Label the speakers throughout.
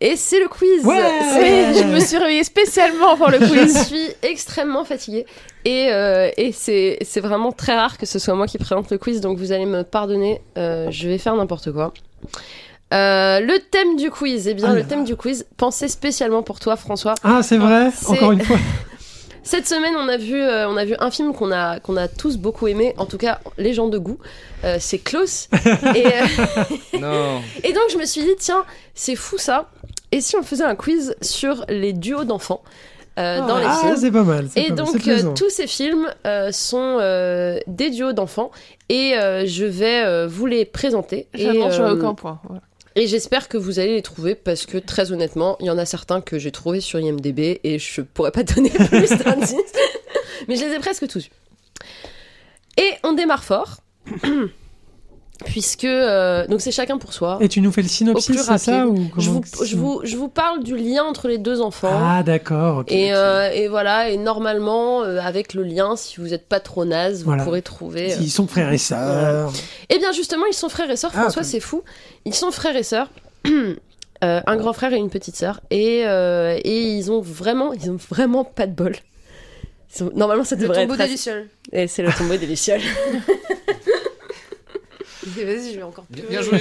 Speaker 1: Et c'est le quiz
Speaker 2: Ouais
Speaker 1: C'est- Je me suis réveillée spécialement pour le quiz. Je suis extrêmement fatiguée. Et, euh, et c'est c'est vraiment très rare que ce soit moi qui présente le quiz, donc vous allez me pardonner, euh, je vais faire n'importe quoi. Euh, le thème du quiz, eh bien
Speaker 2: Ah là
Speaker 1: le thème du quiz, pensé spécialement pour toi François.
Speaker 2: Ah, c'est vrai
Speaker 1: C'est-
Speaker 2: Encore une fois
Speaker 1: Cette semaine, on a vu, euh, on a vu un film qu'on a, qu'on a tous beaucoup aimé, en tout cas les gens de goût. Euh, c'est Klaus. et, euh,
Speaker 3: Non.
Speaker 1: et donc je me suis dit, tiens, c'est fou ça. Et si on faisait un quiz sur les duos d'enfants euh, dans les
Speaker 2: Ah,
Speaker 1: films
Speaker 2: c'est pas mal. c'est
Speaker 1: et
Speaker 2: pas mal, c'est
Speaker 1: donc, euh,
Speaker 2: plaisant.
Speaker 1: tous ces films euh, sont euh, des duos d'enfants et euh, je vais euh, vous les présenter. Et,
Speaker 4: J'avance, j'aurai
Speaker 1: euh,
Speaker 4: aucun point. voilà.
Speaker 1: et j'espère que vous allez les trouver parce que très honnêtement, il y en a certains que j'ai trouvés sur IMDb et je pourrais pas donner plus d'indices. Mais je les ai presque tous. eus. Et on démarre fort. puisque. euh, donc c'est chacun pour soi.
Speaker 2: Et tu nous fais le
Speaker 1: Au
Speaker 2: synopsis,
Speaker 1: plus
Speaker 2: c'est ça ou
Speaker 1: Je
Speaker 2: comment
Speaker 1: vous,
Speaker 2: que-
Speaker 1: je, vous, je vous parle du lien entre les deux enfants.
Speaker 2: Ah, d'accord. ok,
Speaker 1: Et,
Speaker 2: ok.
Speaker 1: euh, et voilà, et normalement, euh, avec le lien, si vous n'êtes pas trop naze, vous
Speaker 2: Voilà.
Speaker 1: pourrez trouver. euh.
Speaker 2: Ils sont frères et sœurs.
Speaker 1: Eh bien, justement, ils sont frères et sœurs.
Speaker 2: Ah,
Speaker 1: François,
Speaker 2: comme-
Speaker 1: c'est fou. Ils sont frères et sœurs. Euh, un grand frère et une petite sœur. Et, euh, et ils ont vraiment, ils ont vraiment pas de bol. Ils ont- Normalement, ça
Speaker 5: Le
Speaker 1: devrait
Speaker 5: tombeau
Speaker 1: être.
Speaker 5: des Lucioles.
Speaker 1: Et c'est le tombeau des Lucioles.
Speaker 5: Et Vas-y, je vais encore plus.
Speaker 3: Bien, bien joué.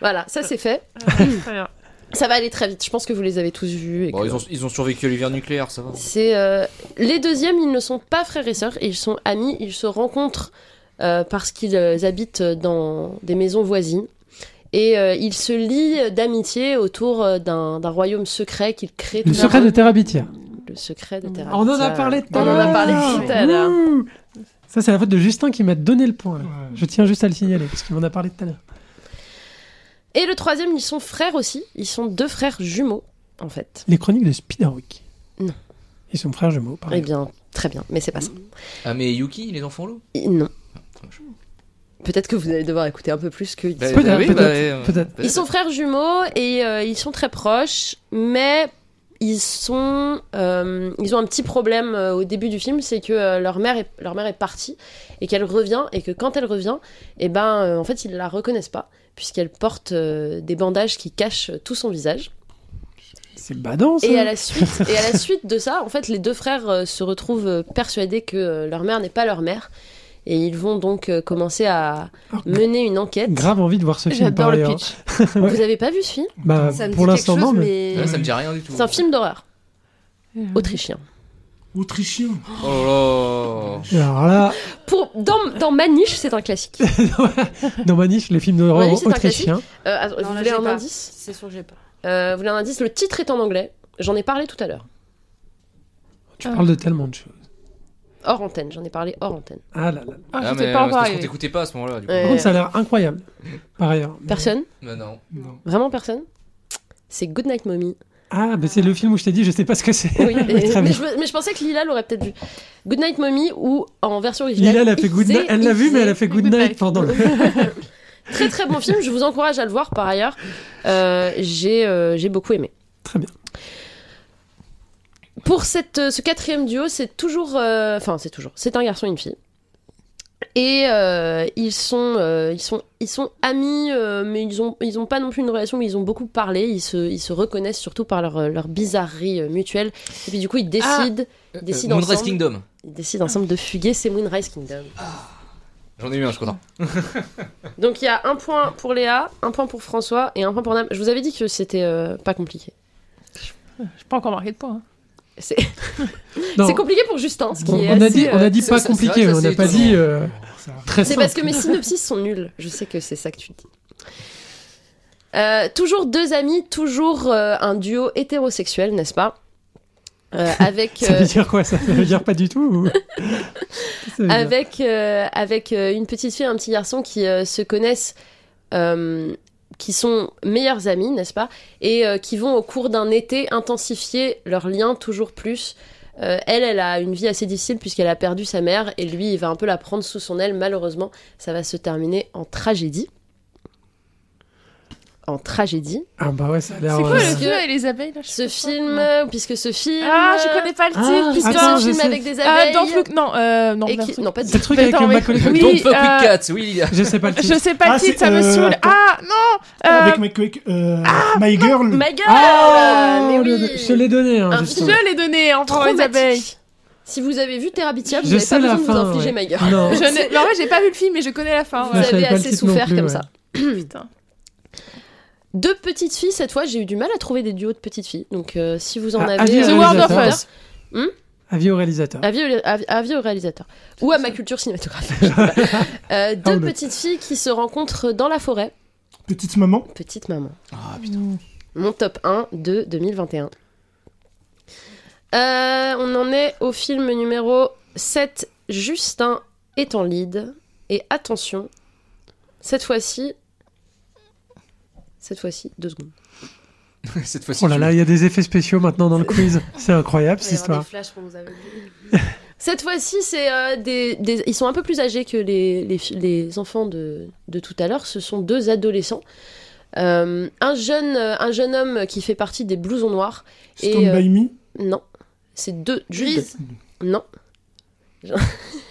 Speaker 1: voilà, ça c'est fait.
Speaker 4: Très bien.
Speaker 1: Ça va aller très vite. Je pense que vous les avez tous vus. et
Speaker 3: Bon,
Speaker 1: que-
Speaker 3: ils ont, ils ont survécu à l'hiver nucléaire, ça va.
Speaker 1: C'est euh, les deuxièmes, ils ne sont pas frères et sœurs, ils sont amis, ils se rencontrent euh, parce qu'ils euh, habitent dans des maisons voisines et euh, ils se lient d'amitié autour euh, d'un d'un royaume secret qu'ils créent.
Speaker 2: Le
Speaker 1: tous
Speaker 2: secret de
Speaker 1: ensemble.
Speaker 2: Terabithia.
Speaker 1: le secret de Terra.
Speaker 2: On en a parlé tout
Speaker 1: On
Speaker 2: à
Speaker 1: en
Speaker 2: l'heure.
Speaker 1: a parlé tout à l'heure.
Speaker 2: Ouh. Ça, c'est la faute de Justin qui m'a donné le point. Je tiens juste à le signaler parce qu'il m'en a parlé tout à l'heure.
Speaker 1: Et le troisième, ils sont frères aussi. Ils sont deux frères jumeaux en fait.
Speaker 2: Les chroniques de Spiderwick.
Speaker 1: Non.
Speaker 2: Ils sont frères jumeaux, par
Speaker 1: Eh
Speaker 2: exemple.
Speaker 1: bien, très bien, mais c'est pas ça.
Speaker 3: Ah, mais Yuki, les enfants loups
Speaker 1: Et Non. Peut-être que vous allez devoir écouter un peu plus que.
Speaker 3: Bah,
Speaker 2: Peut-être,
Speaker 3: bah oui, bah,
Speaker 2: peut-être,
Speaker 3: euh,
Speaker 2: peut-être.
Speaker 1: Ils sont frères jumeaux et euh, ils sont très proches, mais ils sont, euh, ils ont un petit problème euh, au début du film, c'est que euh, leur mère est, leur mère est partie et qu'elle revient et que quand elle revient, eh ben euh, en fait ils la reconnaissent pas puisqu'elle porte euh, des bandages qui cachent tout son visage.
Speaker 2: C'est badant, ça.
Speaker 1: Et à la suite, et à la suite de ça, en fait, les deux frères euh, se retrouvent euh, persuadés que euh, leur mère n'est pas leur mère. Et ils vont donc euh, commencer à
Speaker 2: Alors,
Speaker 1: mener une enquête.
Speaker 2: Grave envie de voir ce film par
Speaker 4: J'adore le
Speaker 2: ailleurs.
Speaker 4: pitch.
Speaker 1: Vous avez pas vu ce film
Speaker 2: Bah,
Speaker 5: Ça me dit
Speaker 2: pour
Speaker 5: quelque
Speaker 2: l'instant,
Speaker 5: chose,
Speaker 2: non, mais.
Speaker 5: mais.
Speaker 3: Ouais, Ah, ça me dit rien du tout.
Speaker 1: C'est un film d'horreur
Speaker 4: Euh,
Speaker 1: autrichien.
Speaker 6: Autrichien.
Speaker 1: Ah,
Speaker 3: Oh là là.
Speaker 2: Alors là,
Speaker 1: Pour, dans, dans Ma Niche, c'est un classique. Euh,
Speaker 2: dans ma niche, les films d'horreur
Speaker 1: Ouais, c'est un
Speaker 2: autrichiens.
Speaker 1: attends,
Speaker 5: Non,
Speaker 1: vous
Speaker 5: là,
Speaker 1: voulez
Speaker 5: j'ai
Speaker 1: un
Speaker 5: pas.
Speaker 1: indice
Speaker 5: C'est sûr que j'ai pas.
Speaker 1: Euh, Vous voulez un indice Le titre est en anglais. J'en ai parlé tout à l'heure.
Speaker 2: Tu parles de tellement de choses.
Speaker 1: Hors antenne, j'en ai parlé hors antenne.
Speaker 2: Ah là là.
Speaker 4: Ah,
Speaker 3: Ah,
Speaker 4: j'étais
Speaker 3: mais
Speaker 4: pas encore
Speaker 3: euh, c'est parce qu'on
Speaker 4: arrivée.
Speaker 3: t'écoutait pas à ce moment-là. Du coup.
Speaker 1: Ouais.
Speaker 2: Par contre, ça a l'air incroyable. Par ailleurs.
Speaker 1: Personne
Speaker 3: Bah, non.
Speaker 6: Non.
Speaker 1: Vraiment personne C'est Goodnight Mommy.
Speaker 2: Ah, bah c'est le film où je t'ai dit, je sais pas ce que c'est.
Speaker 1: Oui, mais,
Speaker 2: Très
Speaker 1: mais
Speaker 2: bien.
Speaker 1: je, me- mais je pensais que Lila l'aurait peut-être vu. Goodnight Mommy ou en version originale.
Speaker 2: Lila, elle a fait
Speaker 1: It's
Speaker 2: good
Speaker 1: a-
Speaker 2: night. Elle l'a vu,
Speaker 1: It's
Speaker 2: mais
Speaker 1: a-
Speaker 2: elle a fait good
Speaker 4: Good
Speaker 2: night
Speaker 4: night.
Speaker 2: pendant le.
Speaker 1: Très très bon film, je vous encourage à le voir par ailleurs. Euh, j'ai euh, j'ai beaucoup aimé.
Speaker 2: Très bien.
Speaker 1: Pour cette, euh, ce quatrième duo, c'est toujours. euh, Enfin, c'est toujours. C'est un garçon et une fille. Et euh, ils, sont, euh, ils, sont, ils sont amis, euh, mais ils n'ont ils ont pas non plus une relation, mais ils ont beaucoup parlé. Ils se, ils se reconnaissent surtout par leur, euh, leur bizarrerie euh, mutuelle. Et puis du coup, ils décident,
Speaker 3: Euh,
Speaker 1: ils décident
Speaker 3: Moonrise
Speaker 1: ensemble,
Speaker 3: Kingdom.
Speaker 1: ils décident ensemble de fuguer. C'est Moonrise Kingdom.
Speaker 3: J'en ai eu un, je suis content.
Speaker 1: Donc il y a un point pour Léa, un point pour François et un point pour Nam. Je vous avais dit que c'était euh, pas compliqué.
Speaker 4: J'ai pas encore marqué de points. hein.
Speaker 1: C'est
Speaker 2: Non.
Speaker 1: c'est compliqué pour Justin, ce qui
Speaker 2: Bon,
Speaker 1: est
Speaker 2: on, a
Speaker 1: assez,
Speaker 2: dit, on
Speaker 1: euh,
Speaker 2: a dit
Speaker 3: c'est-
Speaker 2: pas
Speaker 3: c'est-
Speaker 2: compliqué,
Speaker 3: c'est vrai que
Speaker 2: on
Speaker 3: ça,
Speaker 2: n'a
Speaker 3: c'est
Speaker 2: pas
Speaker 3: étonnant.
Speaker 2: dit euh,
Speaker 6: Ça.
Speaker 2: très
Speaker 1: C'est
Speaker 2: simple.
Speaker 1: parce que mes synopsis sont nuls. Je sais que c'est ça que tu dis. Euh, toujours deux amis, toujours euh, un duo hétérosexuel, n'est-ce pas Euh, Avec
Speaker 2: Ça
Speaker 1: euh,
Speaker 2: veut dire quoi ça Ça veut dire pas du tout ou- Ça veut dire-
Speaker 1: avec euh, avec euh, une petite fille et un petit garçon qui euh, se connaissent euh, qui sont meilleurs amis n'est-ce pas et euh, qui vont au cours d'un été intensifier leur lien toujours plus Euh, elle elle a une vie assez difficile puisqu'elle a perdu sa mère et lui il va un peu la prendre sous son aile malheureusement ça va se terminer en tragédie en tragédie.
Speaker 2: Ah bah ouais, ça a l'air.
Speaker 4: C'est quoi
Speaker 2: euh,
Speaker 4: le
Speaker 1: Parce
Speaker 4: film
Speaker 1: que
Speaker 4: et les abeilles là je sais
Speaker 1: Ce
Speaker 4: pas.
Speaker 1: film,
Speaker 4: Non.
Speaker 1: euh, puisque ce film. euh,
Speaker 4: Ah, je connais pas le
Speaker 2: Ah,
Speaker 4: titre, putain.
Speaker 1: Puisque
Speaker 2: Attends,
Speaker 1: ce
Speaker 2: je
Speaker 1: film
Speaker 2: sais.
Speaker 1: avec des
Speaker 4: Ah,
Speaker 1: abeilles.
Speaker 4: Don't Look. Non, euh, non,
Speaker 1: et
Speaker 4: merde.
Speaker 1: qui- Non, pas
Speaker 2: C'est le truc avec
Speaker 4: Attends,
Speaker 2: le
Speaker 4: mais-
Speaker 2: Macaulay
Speaker 4: Oui,
Speaker 3: Don't fuck with
Speaker 4: euh,
Speaker 3: cats, oui.
Speaker 2: Je sais pas le
Speaker 4: Je
Speaker 2: titre.
Speaker 4: sais pas
Speaker 5: Ah,
Speaker 4: le titre,
Speaker 5: c'est,
Speaker 4: ça me
Speaker 5: euh,
Speaker 4: saoule.
Speaker 5: attends.
Speaker 4: Ah, non euh,
Speaker 5: Avec Mac- euh, My Girl.
Speaker 1: Ma gueule
Speaker 2: Ah,
Speaker 1: Mais
Speaker 2: le-
Speaker 1: oui Ah,
Speaker 2: Je te l'ai donné. hein,
Speaker 1: Un
Speaker 2: juste-
Speaker 1: film
Speaker 4: Je l'ai donné, hein, Enfant les abeilles.
Speaker 1: Traumatique. Oh, Si vous avez vu Terabithia, vous
Speaker 2: Je
Speaker 1: n'avez pas
Speaker 2: sais
Speaker 1: besoin
Speaker 2: la
Speaker 1: de vous
Speaker 2: fin,
Speaker 1: infliger
Speaker 2: ouais.
Speaker 1: ma gueule.
Speaker 2: Non.
Speaker 4: Je n'ai- mais en vrai, j'ai pas vu le film, mais je connais la fin.
Speaker 1: Vous
Speaker 2: Ouais,
Speaker 4: ouais.
Speaker 2: je savais
Speaker 1: avez
Speaker 2: pas le
Speaker 1: assez
Speaker 2: titre non
Speaker 1: souffert
Speaker 2: plus,
Speaker 1: comme
Speaker 2: ouais.
Speaker 1: ça.
Speaker 4: Putain.
Speaker 1: Deux petites filles, cette fois, j'ai eu du mal à trouver des duos de petites filles. Donc, euh, si vous en
Speaker 2: Ah,
Speaker 1: avez.
Speaker 2: avis au
Speaker 1: euh, Hmm
Speaker 4: The World of
Speaker 2: réalisateur.
Speaker 4: Us.
Speaker 2: Avis au réalisateur.
Speaker 1: Avis au, avis- avis au réalisateur. Ou à ma culture cinématographique. je sais pas. Euh, deux
Speaker 2: Ah, le-
Speaker 1: petites filles qui se rencontrent dans la forêt.
Speaker 5: Petite maman.
Speaker 1: Petite maman. Mmh.
Speaker 3: Ah,
Speaker 1: Mon top 1 de 2021. Euh, on en est au film numéro 7. Justin est en lead. Et attention, cette fois-ci. Cette fois-ci, deux secondes.
Speaker 3: putain. Cette fois-ci.
Speaker 2: Oh là
Speaker 3: tu-
Speaker 2: là, il y a des effets spéciaux maintenant dans le quiz. C'est incroyable cette histoire.
Speaker 1: Cette fois-ci, c'est euh, des, des- ils sont un peu plus âgés que les, les, fi- les enfants de, de tout à l'heure. Ce sont deux adolescents. Euh, un, jeune, euh, un jeune homme qui fait partie des blousons noirs. Et,
Speaker 5: Stand
Speaker 1: euh,
Speaker 5: by me.
Speaker 1: Non, c'est deux. Jude.
Speaker 5: Grise.
Speaker 1: Non. Je-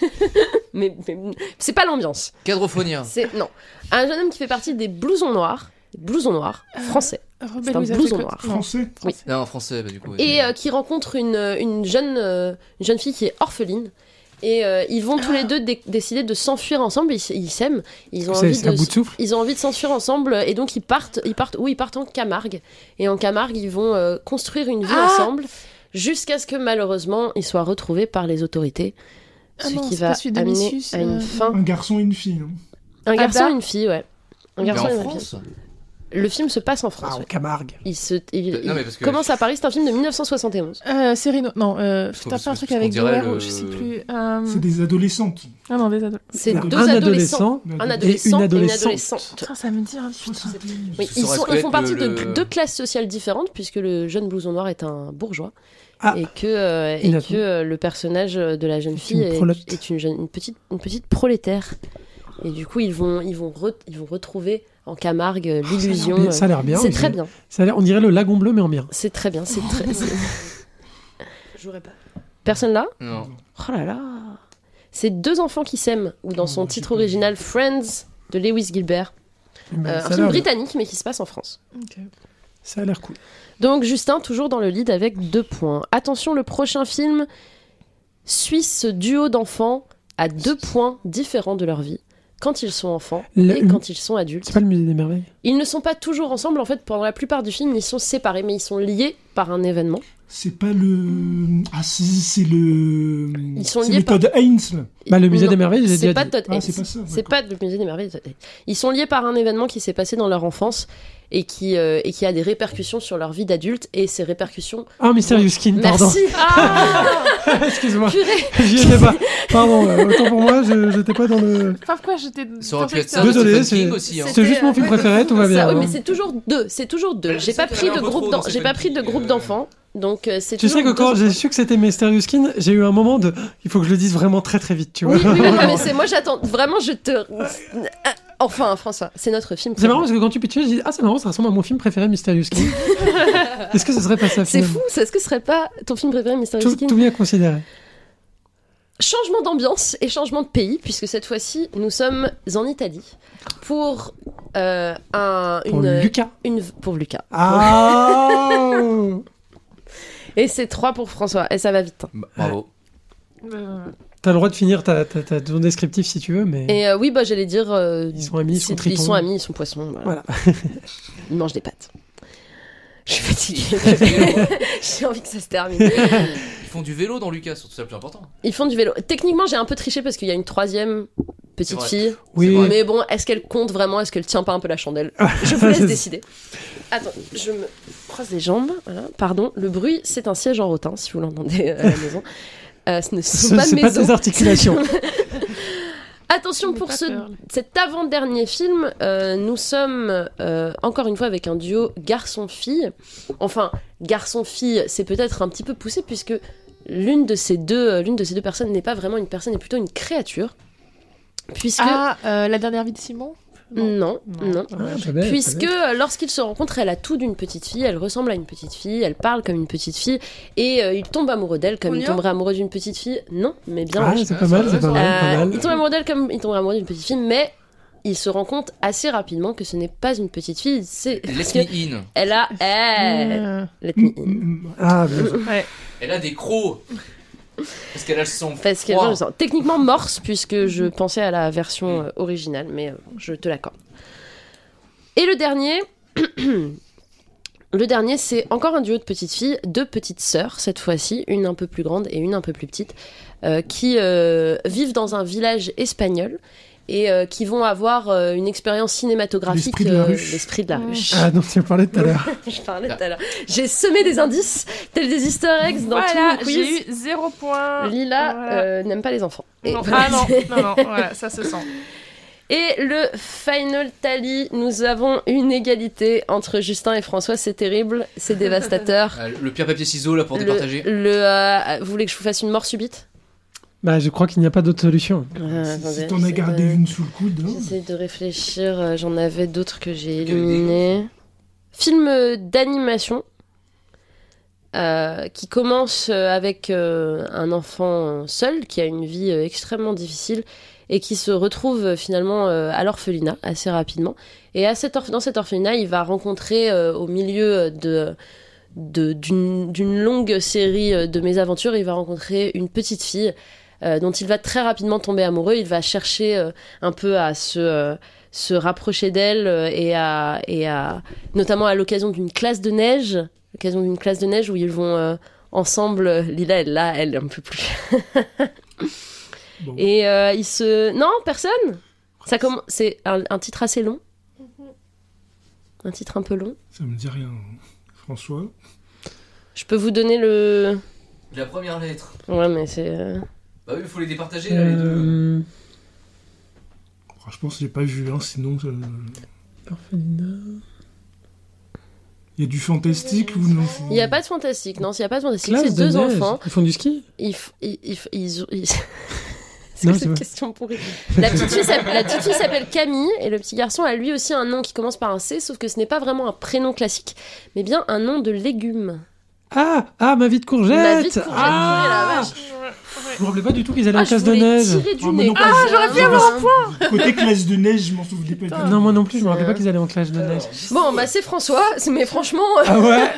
Speaker 1: mais mais- c'est pas l'ambiance.
Speaker 3: Cadrophonien.
Speaker 1: C'est non. Un jeune homme qui fait partie des blousons noirs, des blousons noirs français,
Speaker 4: Rebelle
Speaker 1: un
Speaker 4: aux
Speaker 1: blouson
Speaker 4: Africains.
Speaker 1: noir.
Speaker 4: Non.
Speaker 5: Français.
Speaker 3: Non, en français, bah, du coup. ouais.
Speaker 1: et euh, qui rencontre une, une jeune euh, une jeune fille qui est orpheline. Et euh, ils vont tous les deux dé- décider de s'enfuir ensemble. Ils s- ils s'aiment. Ils ont
Speaker 2: C'est
Speaker 1: envie
Speaker 2: c'est à
Speaker 1: de
Speaker 2: bout de souffle.
Speaker 1: ils ont envie de s'enfuir ensemble et donc ils partent, ils partent, oui, ils partent en Camargue. Et en Camargue, ils vont euh, construire une vie
Speaker 4: Ah
Speaker 1: ensemble jusqu'à ce que malheureusement ils soient retrouvés par les autorités.
Speaker 4: Ah
Speaker 1: ce
Speaker 4: non,
Speaker 1: qui
Speaker 4: c'est
Speaker 1: va
Speaker 4: pas celui de
Speaker 1: amener
Speaker 4: Missus,
Speaker 1: à une
Speaker 4: euh,
Speaker 1: fin.
Speaker 5: Un garçon et une fille. hein.
Speaker 1: Un garçon
Speaker 4: Ada
Speaker 1: et une fille, ouais. Un
Speaker 4: Mais
Speaker 3: Mais
Speaker 1: garçon et
Speaker 3: en
Speaker 1: une fille.
Speaker 3: France
Speaker 1: Le film se passe en
Speaker 2: Ah,
Speaker 1: France.
Speaker 2: en
Speaker 1: ouais.
Speaker 2: Camargue.
Speaker 1: Il, se, il-
Speaker 3: Euh,
Speaker 1: il
Speaker 3: non, mais parce que-
Speaker 1: commence à Paris, c'est un film de 1971.
Speaker 4: Euh, Cyrino. Non, euh,
Speaker 3: trouve
Speaker 4: t'as
Speaker 3: que
Speaker 4: pas un
Speaker 3: c'est
Speaker 4: truc
Speaker 3: ce qu'on
Speaker 4: avec
Speaker 3: dirait
Speaker 4: Doer,
Speaker 3: le-
Speaker 4: je sais plus.
Speaker 1: Mm.
Speaker 4: Euh,
Speaker 5: C'est des adolescentes.
Speaker 4: Ah non, des ados.
Speaker 1: C'est
Speaker 2: Alors,
Speaker 1: deux
Speaker 2: un
Speaker 1: adolescents.
Speaker 2: adolescent.
Speaker 1: Un
Speaker 2: et
Speaker 1: adolescent
Speaker 2: une
Speaker 1: et une
Speaker 2: adolescente.
Speaker 1: adolescente.
Speaker 4: Putain, ça me dit. hein, putain.
Speaker 1: Oui,
Speaker 3: Ce
Speaker 1: ils,
Speaker 3: saurait
Speaker 1: sont- ils
Speaker 3: être
Speaker 1: font partie
Speaker 3: le-
Speaker 1: de
Speaker 3: le-
Speaker 1: deux classes sociales différentes, puisque le jeune blouson noir est un bourgeois.
Speaker 2: Ah.
Speaker 1: et que, euh, et
Speaker 2: Inattend-
Speaker 1: que euh, le personnage de la jeune fille
Speaker 2: une
Speaker 1: est,
Speaker 2: prolète.
Speaker 1: est une, jeune- une petite, une petite prolétaire. Et du coup, ils vont, ils vont, re- ils vont retrouver en Camargue euh, l'illusion.
Speaker 2: Mais
Speaker 1: euh,
Speaker 2: Ça a l'air Oh, bien.
Speaker 1: C'est
Speaker 2: oui.
Speaker 1: très bien.
Speaker 2: Ça a l'air- on dirait le lagon bleu mais en bien.
Speaker 1: C'est très bien. C'est très. J'aurais pas. Personne là
Speaker 3: Non.
Speaker 1: Oh là là C'est deux enfants qui s'aiment, ou dans son
Speaker 5: Oh,
Speaker 1: titre
Speaker 5: j'ai pas vu.
Speaker 1: original Friends de Lewis Gilbert.
Speaker 2: Mais
Speaker 1: Euh, un
Speaker 2: ça, a
Speaker 1: film
Speaker 2: l'air-
Speaker 1: britannique, mais qui se passe en France.
Speaker 4: Ok.
Speaker 2: ça a l'air cool.
Speaker 1: Donc Justin toujours dans le lead avec deux points. Attention, le prochain film suit ce duo d'enfants à deux points différents de leur vie quand ils sont enfants
Speaker 2: Le-
Speaker 1: et quand ils sont adultes.
Speaker 2: C'est pas le musée des merveilles
Speaker 1: Ils ne sont pas toujours ensemble en fait pendant la plupart du film, ils sont séparés mais ils sont liés par un événement.
Speaker 5: C'est pas le. Ah si, c'est le.
Speaker 1: Ils sont
Speaker 5: C'est
Speaker 1: liés
Speaker 5: le
Speaker 1: par-
Speaker 5: Todd Haynes.
Speaker 2: Bah, le musée
Speaker 1: Non,
Speaker 2: des merveilles, j'ai
Speaker 1: C'est
Speaker 2: déjà
Speaker 1: pas
Speaker 2: dit.
Speaker 1: Todd
Speaker 5: Ah,
Speaker 1: Haynes.
Speaker 5: c'est pas ça.
Speaker 1: C'est pas le musée des merveilles. Ils sont liés par un événement qui s'est passé dans leur enfance et qui, euh, et qui a des répercussions sur leur vie d'adulte et ces répercussions.
Speaker 2: Ah, Mysterious Skin, pardon.
Speaker 1: Merci.
Speaker 4: Ah
Speaker 2: Excuse-moi,
Speaker 1: Purée.
Speaker 2: j'y étais pas. Pardon, euh, autant pour moi, je- j'étais pas dans le.
Speaker 4: Enfin, pourquoi j'étais.
Speaker 3: Ça aurait pu être ça.
Speaker 4: Putain,
Speaker 3: mais
Speaker 2: Désolé,
Speaker 3: Stephen
Speaker 2: c'est-
Speaker 3: King aussi. hein.
Speaker 2: C'est juste mon film préféré, tout va bien.
Speaker 1: euh, Ça, oui,
Speaker 2: hein.
Speaker 1: mais c'est toujours deux. C'est toujours deux. J'ai
Speaker 3: sais
Speaker 1: pas
Speaker 3: qu'il
Speaker 1: pris
Speaker 3: y en a
Speaker 1: de
Speaker 3: un peu
Speaker 1: groupe
Speaker 3: trop
Speaker 1: d'en-
Speaker 3: dans
Speaker 1: j'ai
Speaker 3: cette
Speaker 1: pas pris de
Speaker 3: petite,
Speaker 1: groupe
Speaker 3: euh,
Speaker 1: d'enfants. Donc euh, c'est
Speaker 2: Tu sais
Speaker 1: toujours
Speaker 2: que quand
Speaker 1: deux
Speaker 2: j'ai su que c'était Mysterious Skin, j'ai eu un moment de. Il faut que je le dise vraiment très très vite, tu vois.
Speaker 1: Oui, oui, oui, non, mais c'est moi j'attends vraiment je te enfin François, c'est notre film.
Speaker 2: C'est
Speaker 1: préféré.
Speaker 2: marrant parce que quand tu pitchais, je dis Ah, c'est marrant, ça ressemble à mon film préféré, Mysterious Skin. Est-ce que ce serait pas ça
Speaker 1: C'est
Speaker 2: finalement
Speaker 1: fou, ça, est-ce que ce serait pas ton film préféré Mysterious
Speaker 2: tout,
Speaker 1: Skin
Speaker 2: tout bien considéré.
Speaker 1: Changement d'ambiance et changement de pays puisque cette fois-ci nous sommes en Italie pour euh, un
Speaker 2: Pour
Speaker 1: une
Speaker 2: Lucas.
Speaker 1: une pour Lucas.
Speaker 2: Ah
Speaker 1: Et c'est trois pour François et ça va vite. hein.
Speaker 3: Bah, Bravo.
Speaker 4: Euh,
Speaker 2: T'as le droit de finir ta, ta, ta- ton descriptif si tu veux, mais.
Speaker 1: Et euh, oui, bah j'allais dire. euh,
Speaker 2: Mm. Ils sont amis, ils sont
Speaker 1: c'est- ils
Speaker 2: tritons.
Speaker 1: sont amis, ils sont poissons. Voilà.
Speaker 2: Voilà.
Speaker 1: ils mangent des pâtes. Je suis fatiguée. j'ai envie que ça se termine.
Speaker 3: Ils font du vélo dans Lucas, surtout ça le plus important.
Speaker 1: Ils font du vélo. Techniquement, j'ai un peu triché parce qu'il y a une troisième
Speaker 3: C'est
Speaker 1: petite
Speaker 3: vrai.
Speaker 1: fille.
Speaker 2: Oui,
Speaker 3: vrai.
Speaker 1: Mais bon, est-ce qu'elle compte vraiment Est-ce qu'elle tient pas un peu la chandelle Je vous laisse décider. Attends, je me croise les jambes. voilà. Pardon, le bruut, c'est un siège en rotin, si vous l'entendez à la maison. Euh, ce ne sont
Speaker 2: Ce-
Speaker 1: pas
Speaker 2: c'est
Speaker 1: mes
Speaker 2: pas tes articulations. Ah,
Speaker 1: Attention
Speaker 4: J'ai
Speaker 1: pour
Speaker 4: pas
Speaker 1: ce
Speaker 4: peur.
Speaker 1: cet avant-dernier film, euh, nous sommes euh, encore une fois avec un duo garçon-fille. Enfin, garçon-fille, c'est peut-être un petit peu poussé puisque l'une de ces deux, euh, l'une de ces deux personnes n'est pas vraiment une personne, mais plutôt une créature. Puisque
Speaker 4: Ah, euh, la dernière vie de Simon
Speaker 1: Non,
Speaker 4: Non.
Speaker 1: non.
Speaker 2: Ah, pas bête, pas
Speaker 1: Puisque
Speaker 2: bête.
Speaker 1: euh, lorsqu'ils se rencontrent, elle a tout d'une petite fille, elle ressemble à une petite fille, elle parle comme une petite fille, et euh, il tombe amoureux d'elle comme
Speaker 6: On y
Speaker 1: il
Speaker 6: va
Speaker 1: tomberait amoureux d'une petite fille. Non, mais bien.
Speaker 2: Ah,
Speaker 1: oui.
Speaker 2: c'est pas mal, c'est pas
Speaker 1: Euh, il
Speaker 2: mal, pas
Speaker 1: tombe
Speaker 2: mal.
Speaker 1: amoureux d'elle comme il tomberait amoureux d'une petite fille, mais il se rend compte assez rapidement que ce n'est pas une petite fille, c'est
Speaker 3: Let
Speaker 1: parce que
Speaker 3: me in.
Speaker 1: elle a. eh,
Speaker 4: Euh,
Speaker 1: let
Speaker 5: Mm,
Speaker 1: me in.
Speaker 5: mm, mm.
Speaker 2: Ah, bien joué.
Speaker 3: Elle a des crocs. Parce qu'elle a le sang.
Speaker 1: Parce qu'elle
Speaker 3: froid.
Speaker 1: non, je sens. Techniquement morse, puisque je pensais à la version euh, originale, mais euh, je te l'accorde. Et le dernier. Le dernier, c'est encore un duo de petites filles, deux petites sœurs, cette fois-ci, une un peu plus grande et une un peu plus petite, euh, qui euh, vivent dans un village espagnol et euh, qui vont avoir euh, une expérience cinématographique.
Speaker 5: L'esprit de la
Speaker 1: euh,
Speaker 5: ruche.
Speaker 1: L'esprit de la ruche.
Speaker 2: Ah, dont tu en parlais tout à l'heure.
Speaker 1: Je parlais tout à l'heure. J'ai semé des indices, tels des easter eggs dans
Speaker 4: voilà,
Speaker 1: tous les quiz.
Speaker 4: j'ai eu 0 point.
Speaker 1: Lila
Speaker 4: Voilà.
Speaker 1: euh, n'aime pas les enfants. Ah, Et
Speaker 4: Non.
Speaker 1: voilà,
Speaker 4: Ah non,
Speaker 1: c'est-
Speaker 4: non, non, voilà, ça se sent.
Speaker 1: Et le final tally, nous avons une égalité entre Justin et François. C'est terrible, c'est dévastateur.
Speaker 3: Ah, Le pire papier ciseau là pour
Speaker 1: Le,
Speaker 3: départager.
Speaker 1: le, euh, vous voulez que je vous fasse une mort subite
Speaker 2: Bah, je crois qu'il n'y a pas d'autre solution.
Speaker 1: Euh,
Speaker 5: Si-
Speaker 1: attendez,
Speaker 5: Si t'en as
Speaker 1: j'essaie
Speaker 5: gardé
Speaker 1: de-
Speaker 5: une sous le coude. hein.
Speaker 1: J'essaie de réfléchir. euh, J'en avais d'autres que j'ai
Speaker 3: Il y avait des-
Speaker 1: éliminées. Film euh, d'animation euh, qui commence euh, avec euh, un enfant seul qui a une vie euh, extrêmement difficile et qui se retrouve euh, finalement euh, à l'orphelinat assez rapidement. Et à cet orph- dans cet orphelinat, il va rencontrer euh, au milieu euh, de de- d'une d'une longue série euh, de mésaventures, il va rencontrer une petite fille euh, dont il va très rapidement tomber amoureux. Il va chercher euh, un peu à se, euh, se rapprocher d'elle euh, et à, et à notamment à l'occasion d'une classe de neige, l'occasion d'une classe de neige où ils vont euh, ensemble. euh, Lila elle là, elle un peu plus.
Speaker 5: Bon.
Speaker 1: Et euh, ils se non personne. Ça commence. C'est un, un titre assez long. Un titre un peu long.
Speaker 5: Ça me dit rien. François.
Speaker 1: Je peux vous donner le.
Speaker 3: La première lettre.
Speaker 1: Ouais, mais c'est. euh,
Speaker 3: Bah oui, il faut les départager là, les deux.
Speaker 2: Euh...
Speaker 5: Oh, Je pense que j'ai pas vu, hein, sinon. euh,
Speaker 2: orphelinat.
Speaker 5: Il y a du fantastique ou non
Speaker 1: Il n'y a pas de fantastique, non, il n'y a pas de fantastique.
Speaker 2: Mm. Classe
Speaker 1: C'est
Speaker 2: de
Speaker 1: deux
Speaker 2: neige.
Speaker 1: enfants.
Speaker 2: Ils font du ski
Speaker 1: Ils. f- ils, ils, ils- ils- C'est
Speaker 2: Non,
Speaker 1: que
Speaker 2: c'est
Speaker 1: cette
Speaker 2: vrai.
Speaker 1: question pourrie. La petite fille s'appelle- la petite fille s'appelle Camille et le petit garçon a lui aussi un nom qui commence par un C, sauf que ce n'est pas vraiment un prénom classique, mais bien un nom de légume.
Speaker 2: Ah, ah, ma vie de courgette
Speaker 1: Ma vie de courgette, purée, la
Speaker 2: Ah
Speaker 1: vache.
Speaker 2: Je me rappelais pas du tout qu'ils allaient en
Speaker 1: Ah, je
Speaker 2: classe de
Speaker 1: voulais
Speaker 2: neige.
Speaker 1: tirer du
Speaker 5: Ah, moi
Speaker 1: nez.
Speaker 5: non plus. Ah,
Speaker 1: j'aurais
Speaker 5: pu avoir un
Speaker 1: hein.
Speaker 5: Côté classe de neige, je m'en souvenais pas. du
Speaker 2: Non,
Speaker 5: tout.
Speaker 2: moi non plus, je me rappelais
Speaker 1: C'est
Speaker 2: pas qu'ils allaient en
Speaker 3: Ah,
Speaker 2: classe de neige.
Speaker 1: Bon, bah c'est François, c'est- mais franchement, euh,
Speaker 2: Ah ouais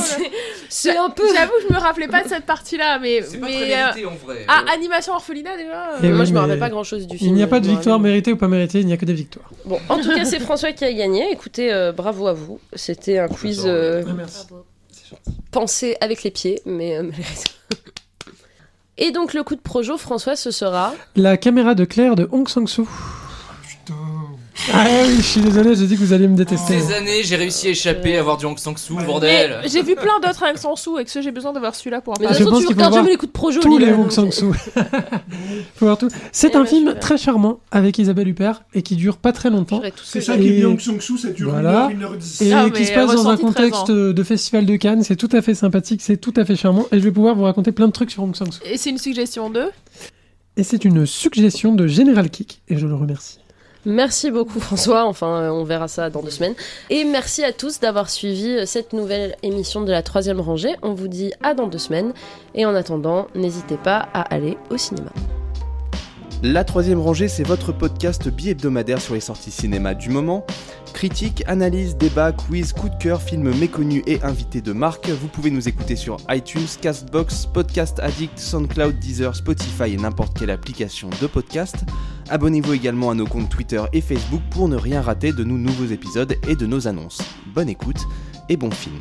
Speaker 1: c'est- c'est un peu...
Speaker 4: Oh, J'avoue, je me rappelais pas de cette partie-là, mais.
Speaker 3: C'est pas très
Speaker 4: mais euh,
Speaker 3: mérité en vrai.
Speaker 4: Ah, animation orphelinat déjà euh,
Speaker 2: Et
Speaker 1: Moi,
Speaker 2: Eh oui,
Speaker 1: je me
Speaker 2: mais
Speaker 1: rappelle pas grand-chose du film.
Speaker 2: Il n'y a pas de
Speaker 1: je me
Speaker 2: victoire
Speaker 1: rappelle.
Speaker 2: méritée ou pas méritée, il n'y a que des victoires.
Speaker 1: Bon, en tout cas, c'est François qui a gagné. Écoutez, euh, bravo à vous. C'était un quiz euh,
Speaker 2: Ah, merci.
Speaker 1: pensé avec les pieds, mais... euh, Et donc, le coup de projo, François, ce sera...
Speaker 2: La caméra de Claire de Hong Sang-soo.
Speaker 5: Putain.
Speaker 2: Ah oui, je suis désolé, j'ai dit que vous alliez me détester.
Speaker 3: Ces années, j'ai réussi à échapper à avoir du Hong Sang-soo, bordel.
Speaker 4: mais J'ai vu plein d'autres avec son sou et que ce, j'ai besoin d'avoir celui-là pour en
Speaker 1: Mais
Speaker 2: Ah,
Speaker 1: de
Speaker 2: je
Speaker 4: parler.
Speaker 1: toute façon,
Speaker 2: pense
Speaker 1: tu
Speaker 2: qu'il faut
Speaker 1: regardes
Speaker 2: voir
Speaker 1: jamais les coups de projo.
Speaker 2: Tous
Speaker 1: Lila,
Speaker 2: les
Speaker 1: donc
Speaker 2: Hong
Speaker 1: c'est-
Speaker 2: Sang-soo. Faut voir tout. C'est
Speaker 1: Eh
Speaker 2: un
Speaker 1: ben, je
Speaker 2: film
Speaker 1: vais.
Speaker 2: très charmant avec Isabelle Huppert et qui dure pas très longtemps.
Speaker 1: J'aurais tout ce
Speaker 5: C'est
Speaker 1: que
Speaker 5: ça
Speaker 1: j'ai.
Speaker 5: qui est bien
Speaker 2: Et-
Speaker 5: en Sung-Soo, ça dure
Speaker 2: Voilà.
Speaker 5: 1 h 10
Speaker 2: et
Speaker 4: Ah, mais
Speaker 2: qui se passe dans un
Speaker 4: ressenti 13
Speaker 2: contexte de festival de Cannes. C'est tout à fait sympathique, c'est tout à fait charmant, et je vais pouvoir vous raconter plein de trucs sur Hong Sang-soo.
Speaker 4: Et c'est une suggestion de.
Speaker 2: Et c'est une suggestion de General Kick, et je le remercie.
Speaker 1: Merci beaucoup François, enfin euh, on verra ça dans deux semaines. Et merci à tous d'avoir suivi euh, cette nouvelle émission de la troisième rangée. On vous dit à dans deux semaines. Et en attendant, n'hésitez pas à aller au cinéma.
Speaker 7: La troisième rangée, c'est votre podcast bi-hebdomadaire sur les sorties cinéma du moment. Critiques, analyses, débats, quiz, coup de cœur, films méconnus et invités de marque. Vous pouvez nous écouter sur iTunes, Castbox, Podcast Addict, SoundCloud, Deezer, Spotify et n'importe quelle application de podcast. Abonnez-vous également à nos comptes Twitter et Facebook pour ne rien rater de nos nouveaux épisodes et de nos annonces. Bonne écoute et bon film.